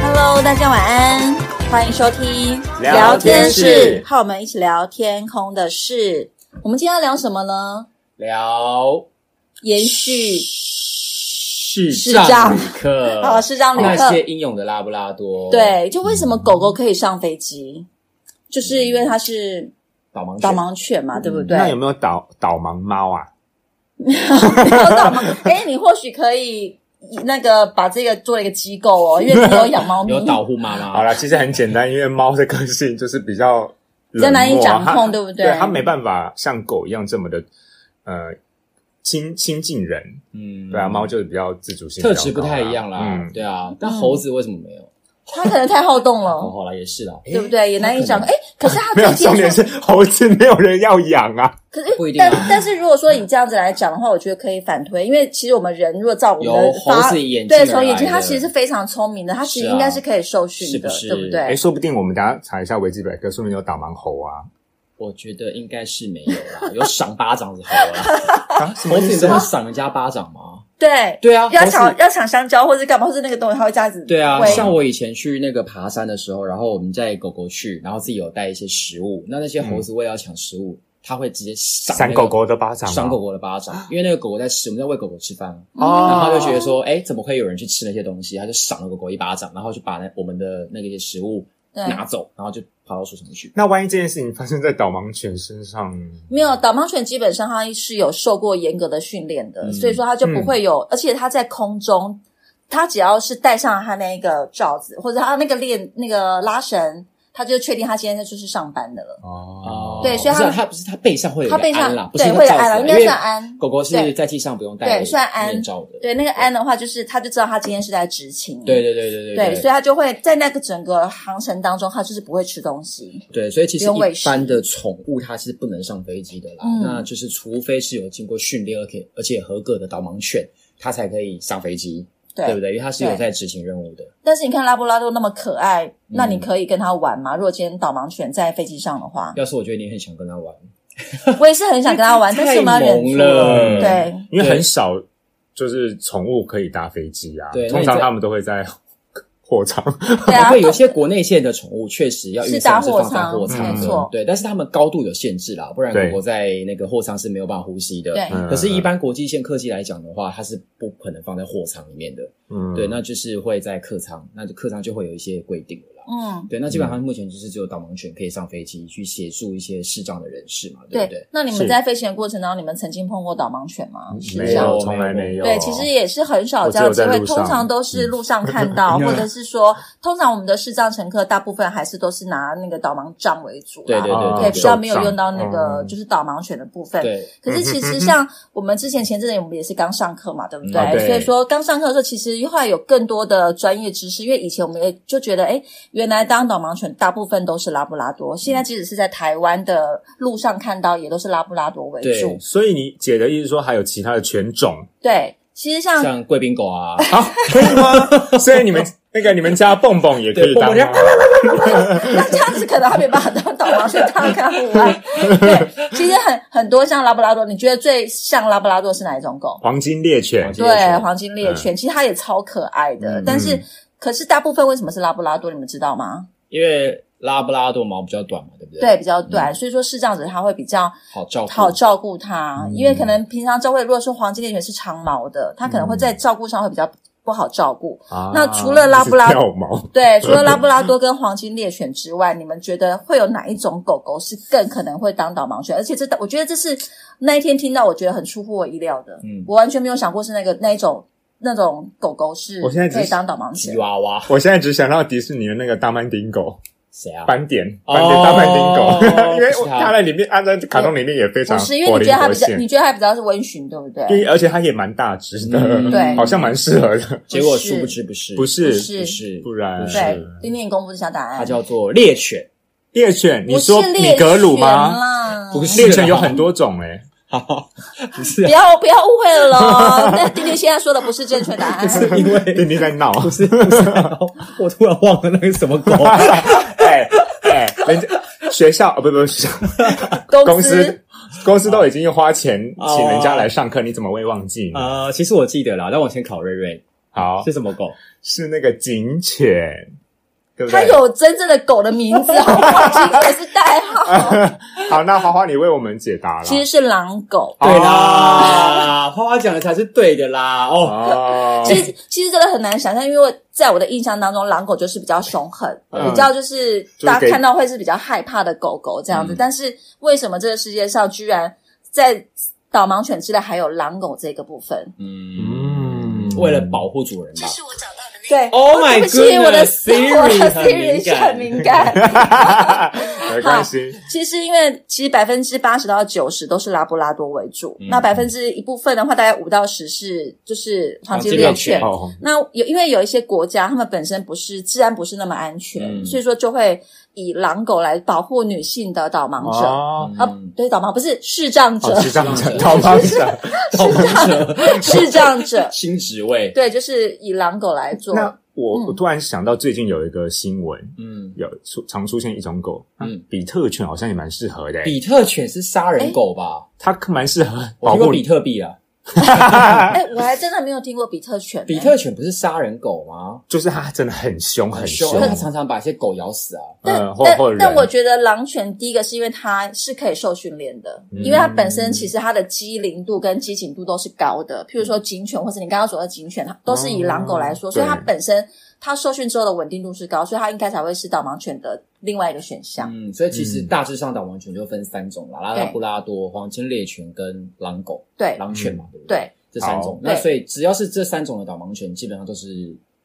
Hello，大家晚安，欢迎收听聊天室和我们一起聊天空的事。我们今天要聊什么呢？聊延续视视障障旅 客哦视障旅客那些英勇的拉布拉多，，对，就为什么狗狗可以上飞机，就是因为它是导盲犬导盲犬嘛，对不对？那有没有导导盲猫啊？ 没有导盲？哎，你或许可以那个把这个做一个机构哦，因为你有养猫咪，有导护妈妈，好啦，其实很简单，因为猫的个性就是比较比冷漠啊较难以掌控它对不对对？它没办法像狗一样这么的呃亲亲近人，嗯，对啊，猫就是比较自主性比较特高啊，质不太一样啦嗯，，对啊，但猴子为什么没有？它可能太好动哦，了，好啦，也是啦，对不对？也难以掌控。哎，可是它没有最近重点是猴子没有人要养啊，可是，不一定啊但但是如果说你这样子来讲的话，我觉得可以反推，因为其实我们人如果照我们由的猴发，子眼睛对，而从眼睛，来它的其实是非常聪明的，它其实是啊应该是可以受训的，是不是对不哎， 对？说不定我们等一下查一下维基百科，说明有导盲猴啊我觉得应该是没有啦， 有赏巴掌的猴 啦，啊，什么猴意子你思都？会赏人家巴掌吗？对，对啊，要猴子抢要抢香蕉或者干嘛，或者那个东西，它会这样子挥。对啊，像我以前去那个爬山的时候，然后我们带狗狗去，然后自己有带一些食物，那那些猴子为了要抢食物，它会直接赏闪那嗯个狗狗的巴掌吗，啊赏狗狗的巴掌，啊因为那个狗狗在吃，我们在喂狗狗吃饭啊，哦然后他就觉得说，哎，怎么会有人去吃那些东西？他就赏了狗狗一巴掌，然后就把那我们的那些食物对拿走，然后就跑到树上去。那万一这件事情发生在导盲犬身上，没有导盲犬，基本上它是有受过严格的训练的，嗯所以说它就不会有，而且它在空中，它只要是戴上它那个罩子或者它那个链那个拉绳，它就确定它今天就是上班的了。哦对所以不是它啊它不是它背上会有一它个背上鞍啦，不是对一个会有罩子鞍啦啦应该因为算鞍狗狗对是在地上不用戴对算鞍面罩的。对，那个安的话，就是它就知道它今天是在执勤。对对对对对，所以他就会在那个整个航程当中，他就是不会吃东西。对，所以其实不用喂一般的宠物它是不能上飞机的啦，嗯那就是除非是有经过训练，而且而且合格的导盲犬，它才可以上飞机，对，不对？因为它是有对在执行任务的。但是你看拉布拉多那么可爱，那你可以跟他玩吗？如果今天导盲犬在飞机上的话 ，要是我觉得你很想跟它玩，我也是很想跟他玩，但是我们要忍住太萌了对，因为很少就是宠物可以搭飞机啊，对通那你常在他们都会在火场。对啊哦对，，有些国内线的宠物确实要是运搭送是货放在舱货舱没的，错对，但是它们高度有限制啦，不然对狗狗在那个货舱是没有办法呼吸的。对嗯可是，一般国际线客机来讲的话，它是不可能放在货舱里面的， 嗯对，那就是会在客舱，那就客舱就会有一些规定了啦。嗯，对，那基本上目前就是只有导盲犬可以上飞机去协助一些视障的人士嘛，对不对嗯对？。那你们是在飞行的过程当中，你们曾经碰过导盲犬吗？是没这样有，吗从来没有。对，其实也是很少这样机我只会有在，路上嗯通常都是路上 看到，或者是说，通常我们的视障乘客大部分还是都是拿那个导盲杖为主啦，对对啊对，比较没有手杖用到那个嗯就是导盲犬的部分。对，可是其实像我们之前前阵子我们也是刚上课嘛，对不对？啊对所以说刚上课的时候，其实后来有更多的专业知识，因为以前我们也就觉得，哎，原来当导盲犬大部分都是拉布拉多，现在即使是在台湾的路上看到，也都是拉布拉多为主对。所以你姐的意思说还有其他的犬种 对，其实像像贵宾狗啊，啊？可以吗？所以你们 那个你们家蹦蹦也可以对蹦当蹦吗？那这样子可能还没办法当导盲犬，当看护啊。对，其实很很多像拉布拉多，你觉得最像拉布拉多是哪一种狗？黄金猎犬黄金猎对，犬黄金猎犬，其实它也超可爱的，但是可是大部分为什么是拉布拉多？你们知道吗？因为拉布拉多毛比较短嘛，对不对？对，，比较短，所以说视障者他会比较好照顾，好照顾它，因为可能平常照顾，如果说黄金猎犬是长毛的，它可能会在照顾上会比较不好照顾。啊那除了拉布拉是掉毛， 对，除了拉布拉多跟黄金猎犬之外，你们觉得会有哪一种狗狗是更可能会当导盲犬？而且这，我觉得这是那一天听到，我觉得很出乎我意料的。嗯我完全没有想过是那个那一种那种狗狗是我现在只可以是当导盲犬吉。娃娃，我现在只想到迪士尼的那个大曼丁狗谁啊？斑点，哦斑点大曼丁狗，哦 因为不是它它在里面，按在卡通里面也非不常是，因为活你灵觉得它活比较，现你，觉得它比较是温驯，对不对？因为而且它也蛮大只的，嗯对好像蛮适合的，结果不是殊不知不是，不不是是不是，不然不是对，今天你公布一下答它案。叫做猎犬。猎犬，你不是说猎米格鲁犬吗？啦不是猎犬有很多 种哎、不是不啊，要不要误会了，那丁丁现在说的不是正确答案。 是因为丁丁在闹，不是不是 啊，我突然忘了那个什么狗，哎哎，人家学校哦，不不，学校公公司公司都已经花钱请人家来上课，你怎么会忘记哦呢？ 呃，其实我记得啦，但我先考瑞瑞好是，什么狗？是那个警犬，对不它对？有真正的狗的名 字，好不好？其实也是代号，好，那花花你为我们解答了。其实是狼狗。对啦，花花讲的才是对的啦。哦，哦，其实其实真的很难想象，因为我在我的印象当中，狼狗就是比较凶狠，嗯比较就是给大家看到会是比较害怕的狗狗这样子。但是为什么这个世界上居然在导盲犬之类还有狼狗这个部分？嗯，为了保护主人吧。我找到的那对 Oh my 对不起，我的 goodness，我的 Siri 很 Siri 敏感是很敏感。没关系，其实因为其实百分之八十到九十都是拉布拉多为主，嗯那百分之一部分的话，大概五到十是就是黄金黄金猎猎犬犬。哦，那有因为有一些国家，他们本身不是治安不是那么安全，嗯所以说就会以狼狗来保护女性的导盲者。哦，啊嗯，对，导盲不是视障者哦，，智障是者、逃亡者，导盲者 视障者，新职位，对，就是以狼狗来做。那我嗯我突然想到，最近有一个新闻，嗯，有出常出现一种狗，嗯嗯，比特犬好像也蛮适合的欸，比特犬是杀人狗吧？它蛮适合我保听过护比特币啊，哎、我还真的没有听过比特犬、比哎特犬不是杀人狗吗？就是它真的很凶很凶，它常常把一些狗咬死啊。嗯，或但或人，但我觉得狼犬第一个是因为它是可以受训练的，嗯因为它本身其实它的机灵度跟机警度都是高的。譬如说警犬，或者你刚刚说的警犬，它都是以狼狗来说，哦所以它对本身它受训之后的稳定度是高，所以它应该才会是导盲犬的另外一个选项。嗯，所以其实大致上导盲犬就分三种啦，拉对拉布拉多、黄金猎犬跟狼狗、对嗯狼犬嘛，对不对？这三种好。那对所以只要是这三种的导盲犬，基本上都是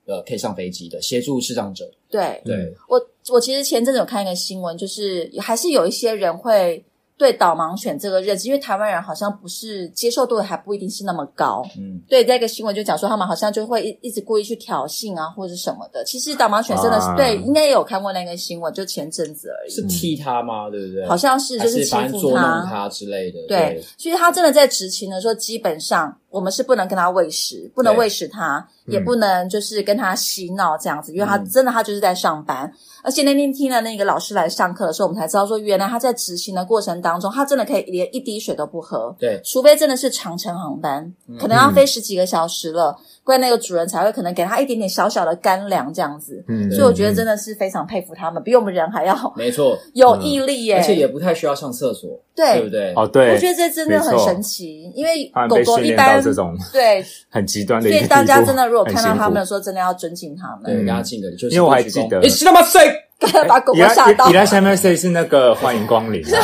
呃可以上飞机的，协助视障者。对，对，我我其实前阵子有看一个新闻，就是还是有一些人会。对导盲犬这个认知，因为台湾人好像不是接受度还不一定是那么高，嗯，对，这个新闻就讲说他们好像就会一一直故意去挑衅啊，或者什么的。其实导盲犬真的是、啊对，应该也有看过那个新闻，就前阵子而已，是踢它吗？对不对？好像是还就是欺反正负捉弄它。它之类的。对，所以它真的在执勤的时候，基本上我们是不能跟它喂食，不能对喂食它，也嗯不能就是跟它嬉闹这样子，因为它嗯真的它就是在上班。而且那天听了那个老师来上课的时候，我们才知道说，原来他在执勤的过程当中，他真的可以连一滴水都不喝。对，除非真的是长程航班，可能要飞十几个小时了，怪那个主人才会可能给他一点点小小的干粮这样子。嗯，所以我觉得嗯真的是非常佩服他们，比我们人还要没错，有毅力耶。而且也不太需要上厕所，对不对，对？哦，对，我觉得这真的很没错神奇，因为他们狗被狗训一练到般这种对，很极端的所一个以地大家步真的如果看到很辛他苦们的时候，真的要尊敬他们，对，嗯跟他近的就因是为我还记得一起他 妈睡，把狗伊狗吓到拉。伊拉下面谁是那个欢迎光临啊？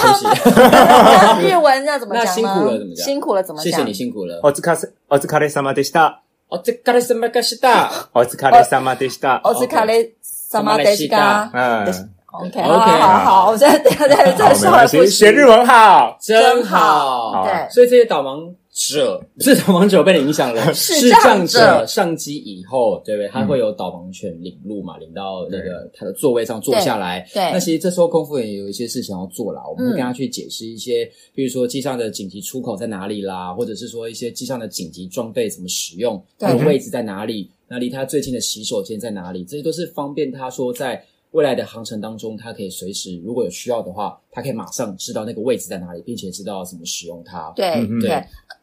那日文要怎么那讲辛苦了怎呢么？讲辛苦了怎么谢谢讲 你？辛苦了。哦お疲れお疲れ様でした。哦，这嘎什么嘎西大お疲れ様でした。お疲れ様でした。嗯， OK， OK，好好好，我再再再好，再没稍关微系，不学日文好。真好好。对，所以这些导盲者， 不是导盲者被你影响了，视视障者障者上机以后，对不对？他会有导盲犬领路嘛，领到那个他的座位上坐下来。对那其实这时候空服员也有一些事情要做啦，我们会嗯跟他去解释一些，比如说机上的紧急出口在哪里啦，或者是说一些机上的紧急装备怎么使用，对它的位置在哪里，那离他最近的洗手间在哪里，这些都是方便他说在。未来的航程当中，他可以随时如果有需要的话，他可以马上知道那个位置在哪里，并且知道怎么使用它。对嗯哼对对，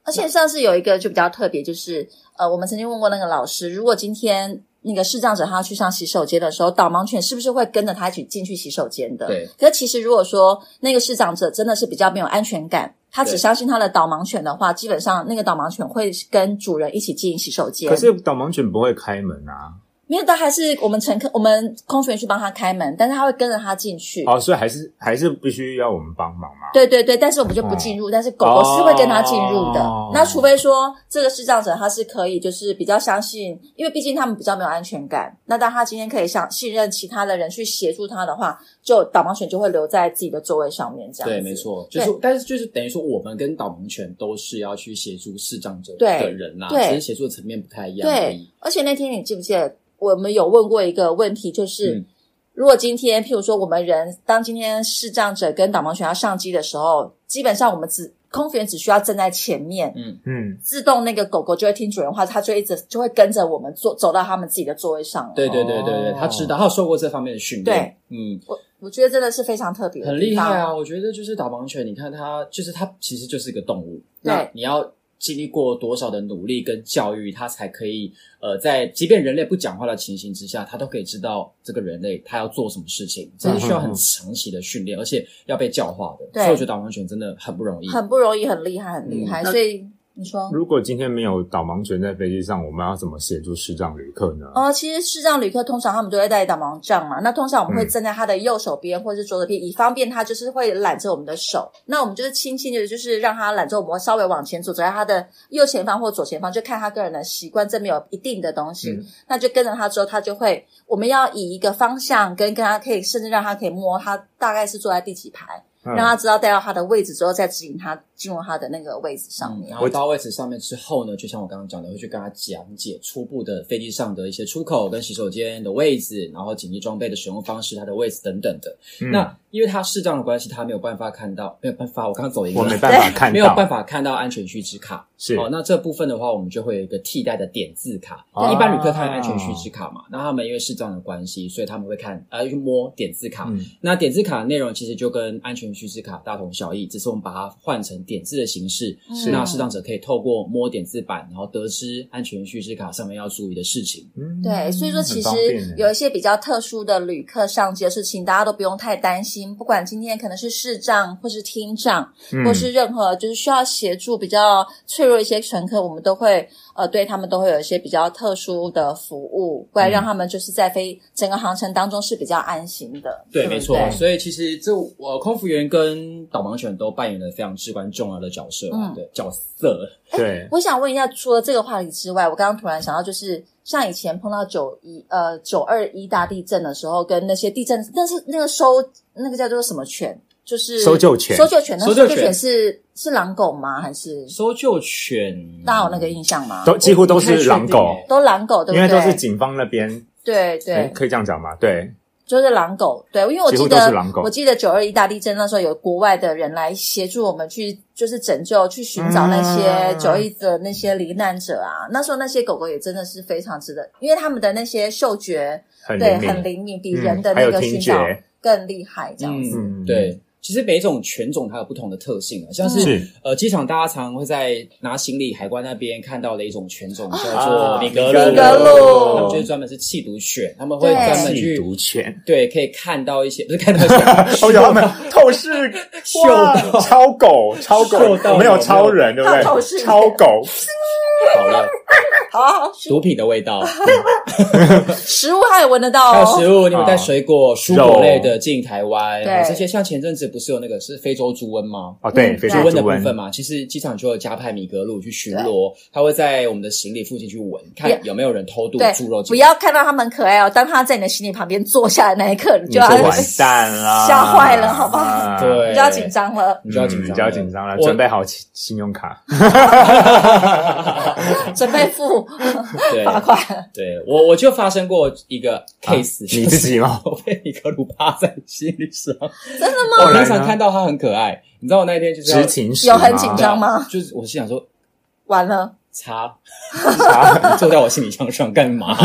而且上次有一个就比较特别，就是呃，我们曾经问过那个老师，如果今天那个视障者他要去上洗手间的时候，导盲犬是不是会跟着他一起进去洗手间的？对。可是其实如果说那个视障者真的是比较没有安全感，他只对相信他的导盲犬的话，基本上那个导盲犬会跟主人一起进洗手间。可是导盲犬不会开门啊，没有，但还是我们乘客我们空服员去帮他开门，但是他会跟着他进去。哦，所以还是还是必须要我们帮忙嘛。对对对，但是我们就嗯不进入，但是狗狗是会跟它进入的。哦那除非说这个视障者他是可以，就是比较相信，因为毕竟他们比较没有安全感。那当他今天可以相信任其他的人去协助他的话，就导盲犬就会留在自己的座位上面这样子。对，没。错，就是，但是就是等于说，我们跟导盲犬都是要去协助视障者对的人啦、对只是协助的层面不太一样而对已。，而且那天你记不记得我们有问过一个问题，就是、嗯如果今天，譬如说我们人当今天视障者跟导盲犬要上机的时候，基本上我们只空服员只需要站在前面，嗯，自动那个狗狗就会听主人话，它就一直就会跟着我们坐走到他们自己的座位上了。对对对对对，哦他知道，他有受过这方面的训练。对，嗯，我我觉得真的是非常特别，啊很厉害！啊！我觉得就是导盲犬，你看它，就是它其实就是一个动物。对那你要经历过多少的努力跟教育，他才可以呃，在即便人类不讲话的情形之下，他都可以知道这个人类他要做什么事情，这是需要很长期的训练，而且要被教化的。嗯对所以我觉得导盲犬真的很不容易。很不容易，很厉害，很厉害。嗯所以你说，如果今天没有导盲犬在飞机上，我们要怎么协助视障旅客呢？呃，其实视障旅客通常他们都会带导盲杖嘛，那通常我们会嗯站在他的右手边或者是左手边，以方便他就是会揽着我们的手。那我们就是轻轻的，就是让他揽着我们，稍微往前走，走在他的右前方或左前方，就看他个人的习惯，这边有一定的东西，嗯那就跟着他之后，他就会，我们要以一个方向跟跟他可以，甚至让他可以摸他大概是坐在第几排，嗯让他知道带到他的位置之后，再指引他进入他的那个位置上嗯，面。然后到位置上面之后呢，就像我刚刚讲的，会去跟他讲解初步的飞机上的一些出口跟洗手间的位置，然后紧急装备的使用方式、它的位置等等的。嗯那因为它视障的关系，他没有办法看到，没有办法，我刚刚走一个，我嗯没办法看到，没有办法看到安全须知卡。是哦，那这部分的话，我们就会有一个替代的点字卡。哦一般旅客看安全须知卡嘛，那他们因为视障的关系，所以他们会看呃去摸点字卡。嗯那点字卡的内容其实就跟安全须知卡大同小异，只是我们把它换成点字的形式。是那视障者可以透过摸点字板，然后得知安全须知卡上面要注意的事情。嗯对，所以说其很方便实有一些比较特殊的旅客上街的事情，大家都不用太担心。不管今天可能是视障，或是听障，嗯或是任何就是需要协助比较脆弱一些乘客，我们都会呃对他们都会有一些比较特殊的服务，嗯过来让他们就是在飞整个航程当中是比较安心的。对，不没错。对所以其实这呃，空服员跟导盲犬都扮演了非常至关重要的角色嗯啊，对角色。嗯对我想问一下，除了这个话题之外，我刚刚突然想到，就是像以前碰到九一呃九二一大地震的时候，跟那些地震，但是那个搜那个叫做什么犬，就是搜救犬搜救犬，那搜搜救救犬犬是是狼狗吗？还是搜救犬，大家有那个印象吗？都几乎都是狼我不太确狗定，都狼狗，对因不为都对？是警方那边，对哎对，可以这样讲吗？对，就是狼狗，对，因为我几记乎都得是狼狗我记得九二一大地震那时候有国外的人来协助我们去，就是拯救、去寻找那些嗯九一的那些罹难者啊。那时候那些狗狗也真的是非常值得，因为他们的那些嗅觉很对灵很敏，灵敏，比嗯人的还那有个听寻找觉更厉害，这样子。嗯，嗯对。其实每一种犬种它有不同的特性啊，像嗯是是呃机场大家常会在拿行李海关那边看到的一种犬种叫做啊米格米格他们鲁就是专门是弃毒犬，他们会对专门缉去毒犬，对可以看到一些不是看到 一些哦，有他们透视嗅哇到超狗，超嗅到狗，没有超人，对不透视对？超狗，好了好好好，食毒品的味道，哦食物还有闻得到还有哦，食物，你啊们带水果、蔬果类的进台湾，对哦这些像前阵子不是有那个是非洲猪瘟吗？哦，对，嗯非猪洲瘟猪的部分瘟，嘛，其实机场就有加派米格鲁去巡逻，他会在我们的行李附近去闻，看有没有人偷渡对猪肉进不要看到它们可爱哦，当它在你的行李旁边坐下来那一刻，你就要 你就完蛋了，吓坏了好不好啊对比较紧张了，你就要嗯紧张了，你就要紧张了，我准备好信信用卡， 准备付对罚款。对，我我就发生过一个 case，、啊你自己吗？ 我被米格鲁趴在行李上，后我来平呢常看到他很可爱，你知道我那一天就是要执勤时有很吗紧张吗？就是我心想说，完了， 擦，你坐在我行李箱上干嘛？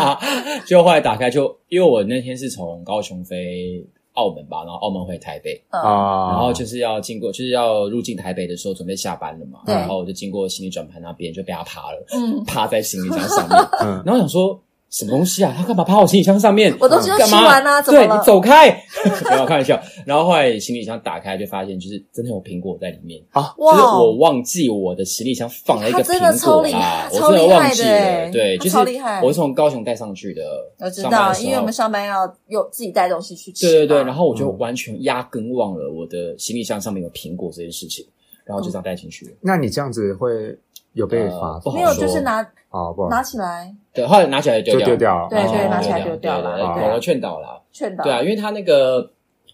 就后来打开就，因为我那天是从高雄飞澳门吧，然后澳门回台北，嗯，啊，然后就是要经过，就是要入境台北的时候，准备下班了嘛，对然后我就经过行李转盘那边，就被他爬了，嗯，趴在行李箱上面， 嗯然后想说什么东西啊，他干嘛趴我行李箱上面？我都只有嗯干吃嘛？完啦、怎么对你了？走开， 没有开玩笑。然后后来行李箱打开，就发现就是真的有苹果在里面。啊哇，就是我忘记我的行李箱放了一个他真的苹超果厉啦害，我超真的厉忘害记的了。欸，对，他就是超厉害。我是从高雄带上去的，我知上班道的，时候因为我们啊上班要有自己带东西去吃嘛。对对对，然后我就嗯完全压根忘了我的行李箱上面有苹果这件事情，然后就这样带进去了。那你这样子会有被呃罚不嗯吗？好没有，就是拿好不好？拿起来对，后来拿起来哦就就丢丢掉，啊嗯掉，对对哦拿起来丢掉了啦，对对狗狗劝导啦，劝导。对啊，因为它那个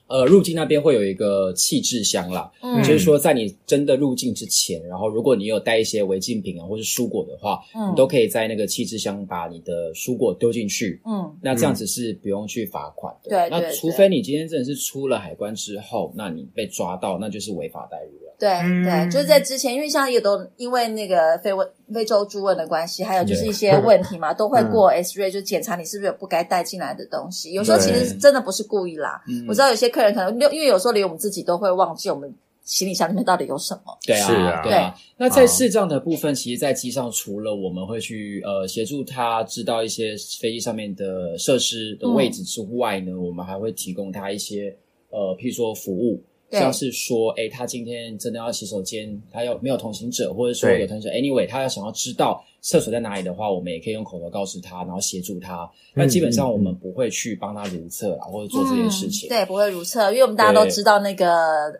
呃入境那边会有一个气质箱啦，嗯就是说，在你真的入境之前，然后如果你有带一些违禁品啊，或是蔬果的话，嗯你都可以在那个弃置箱把你的蔬果丢进去。嗯那这样子是不用去罚款的。对对那除非你今天真的是出了海关之后，那你被抓到，那就是违法带入了。对嗯对，就是在之前，因为像也都因为那个非问非洲猪瘟的关系，还有就是对一些问题嗯嘛，都会过 S ray 就检查你是不是有不该带进来的东西。有时候其实对真的不是故意啦，嗯我知道有些客人可能因为有时候连我们自己都会忘记我们行李箱里面到底有什么。对啊，是啊对啊。那在视障的部分，其实，在机上除了我们会去呃协助他知道一些飞机上面的设施的位置之外呢，我们还会提供他一些呃，譬如说服务。对像是说，哎、他今天真的要洗手间，他有没有同行者，或者说对有同行者，anyway，他要想要知道厕所在哪里的话，我们也可以用口头告诉他，然后协助他。那、嗯基本上嗯我们不会去帮他如厕啊，或者做这件事情。嗯对，不会如厕，因为我们大家都知道那个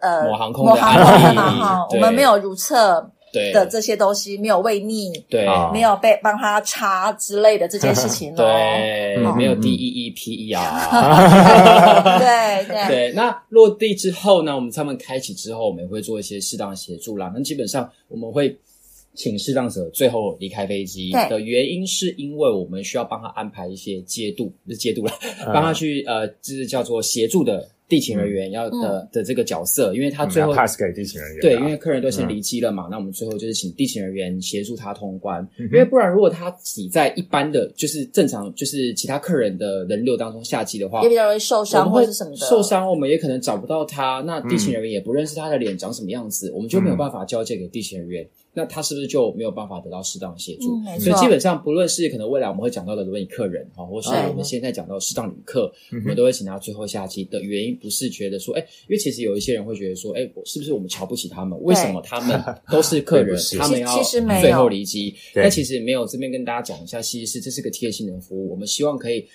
呃，某航空的某航空的嘛案例哈，我对们没有如厕对的这些东西，没有喂腻，对、啊没有被帮他擦之类的这件事情哦。 对，嗯没有嗯 D E E P E 啊。 对 对对，那落地之后呢，我们他们开启之后，我们也会做一些适当的协助啦。那基本上我们会请适当者最后离开飞机对的原因，是因为我们需要帮他安排一些接度，不是接度啦，嗯帮他去呃，就是叫做协助的地勤人员要的、嗯的这个角色，因为他他最后嗯 pass 给地勤人员啊，对，因为客人都先嗯离机了嘛，那我们最后就是请地勤人员协助他通关，嗯哼因为不然如果他挤在一般的就是正常就是其他客人的人流当中下机的话也。比较容易受我伤们或会者什么的。受伤，我们也可能找不到他。那地勤人员也不认识他的脸长什么样子，我们就没嗯有办法交接给地勤人员。那他是不是就没有办法得到适当的协助？嗯没所以错基本上，不论是可能未来我们会讲到的轮椅客人哈，或是对我们现在讲到的适当旅客，嗯我哼们都会请他最后下机的原因，不是觉得说，哎、因为其实有一些人会觉得说，哎、我是不是我们瞧不起他们？为什么他们都是客 并人不是，他们其其实没有要最后离机？对但其实没有，这边跟大家讲一下，其实是这是个贴心的服务，我们希望可以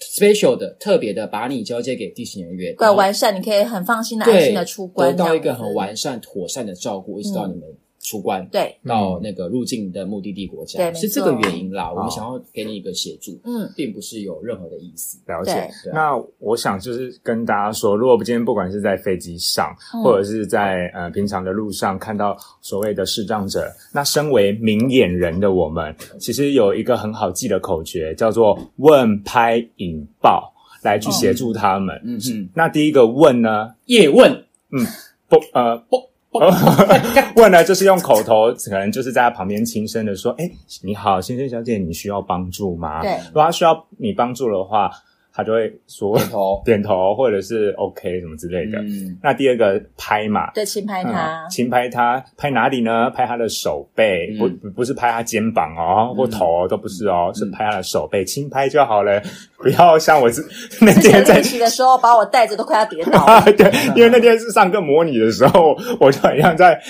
special 的、特别的把你交接给地勤人员，对，然后完善，你可以很放心的、安对心的出关，得到一这个样子嗯很完善、妥善的照顾，一直到你们出关。对，到那个入境的目的地国家，对没错是这个原因啦。我们嗯好想要给你一个协助，嗯，并不是有任何的意思。了对解对。那我想就是跟大家说，如果今天不管是在飞机上，嗯或者是在呃平常的路上看到所谓的视障者，那身为明眼人的我们，其实有一个很好记的口诀，叫做“问、拍、引、爆”，来去协助他们。哦嗯嗯，那第一个问呢，叶问不呃不。 问呢，就是用口头，可能就是在他旁边轻声的说：“哎、你好，先生小姐，你需要帮助吗？”对如果他需要你帮助的话，他就会说，点头 点头，或者是 OK 什么之类的。嗯，那第二个拍嘛，对，轻拍嗯他，轻拍他，拍哪里呢？拍他的手背，嗯不不不是拍他肩膀哦，或嗯头哦都不是哦，嗯是拍他的手背，轻拍就好了，不要像我是那之前天在练习的时候把我带着都快要跌倒啊了，，嗯对，因为那天是上课模拟的时候，我就很像在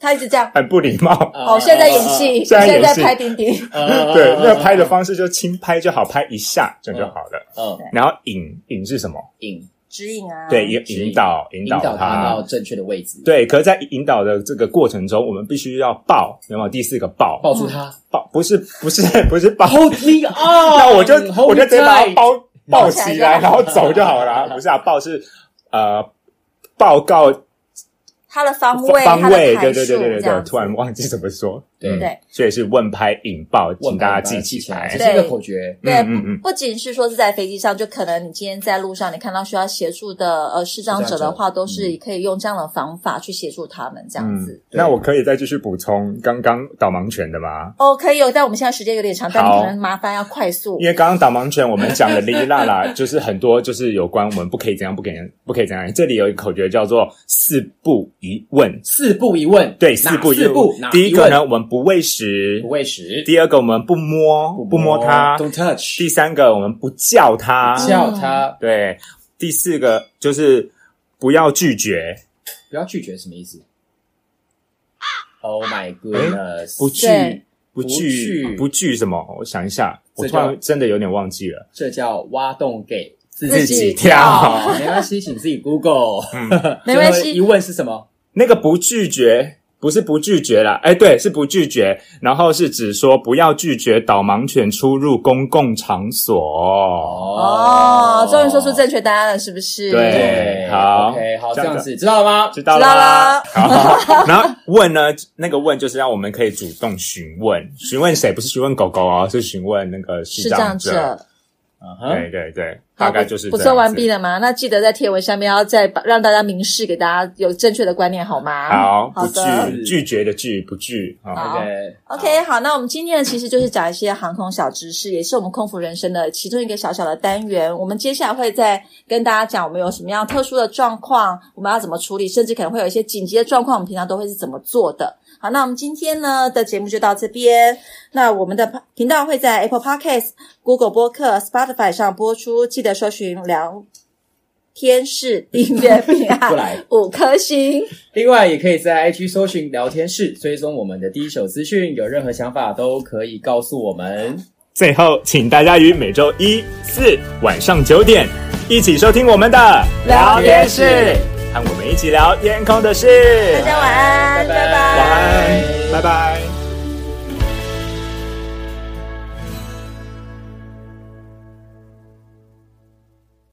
他一直 这样。很不礼貌，哦，现在演，戏，哦现在演戏在拍钉钉，对对，那拍的方式就轻拍就好，拍一下这样就好了。嗯然后引引是什么？引指引啊，对，引指引引导引引导导他到正确的位置，，对，可是，在引导的这个过程中，我们必须要抱，有没有？第四个抱抱住他抱，不是 不是不是抱， ，Hold me up， 那我就 hold 我就 me 直接把它 tight 抱抱起来就好起来，然后走就好了啊。不是啊，抱是呃报告他的方位，方他的位，排对对对数对对这对，样突然忘记怎么说，对对所以是问拍引爆，请问大家把它记起起来，来这。是一个口诀，对，嗯嗯嗯不不仅是说是在飞机上，就可能你今天在路上，你看到需要协助的呃视障者的话，都嗯是可以用这样的方法去协助他们这样子。那我可以再继续补充刚刚导盲犬的吗？哦，可以哦，但我们现在时间有点长，但你嗯好可能麻烦要快速哦因。为刚刚导盲犬我们讲的哩哩啦啦，就是很多就是有关我们不可以怎样，不可以不可以怎样。这里有一个口诀叫做四不一问，四步一问，对，四不步一四步，问。哪第一一个问呢，我们不喂食，不喂食，第二个我们不摸，不摸它。 ，Don't touch，第三个我们不叫它，叫他，对。第四个就是不要拒绝，不要拒绝，什么意思？Oh my goodness，不拒对，不拒，不不拒什么？我想一下，我这突叫然真的有点忘记了。这叫挖洞给自自己己跳跳，没关系，请自己 Google。没关系最后一问是什么？ 那个不拒绝不是不拒绝啦，哎，对，是不拒绝，然后是指说不要拒绝导盲犬出入公共场所。哦，终于说出正确答案了，是不是？对对，好，OK，好，这这样样子知道了吗？知道知道啦啦。好，然后问呢，那个问就是让我们可以主动询问，询问谁？不是询问狗狗哦，是询问那个视障者。者，嗯哼，对对对，好大概就是补这充样完子毕了吗？那记得在贴文下面要再把让大家明示给大家有正确的观念好吗？好，好不的。拒拒绝的拒不拒啊，好 OK OK，好，那我们今天呢，其实就是讲一些航空小知识，也是我们空服人生的其中一个小小的单元。我们接下来会再跟大家讲，我们有什么样特殊的状况，我们要怎么处理，甚至可能会有一些紧急的状况，我们平常都会是怎么做的。好，那我们今天呢的节目就到这边。那我们的频道会在 Apple Podcast、Google 播客、Spotify 上播出，记得搜寻“聊天室”订阅并过按来。五颗星。另外，也可以在 IG 搜寻聊天室，追踪我们的第一手资讯，有任何想法都可以告诉我们。最后，请大家于每周一、四晚上九点一起收听我们的聊天室，和我们一起聊天空的事。大家晚安，拜拜拜晚安，拜拜。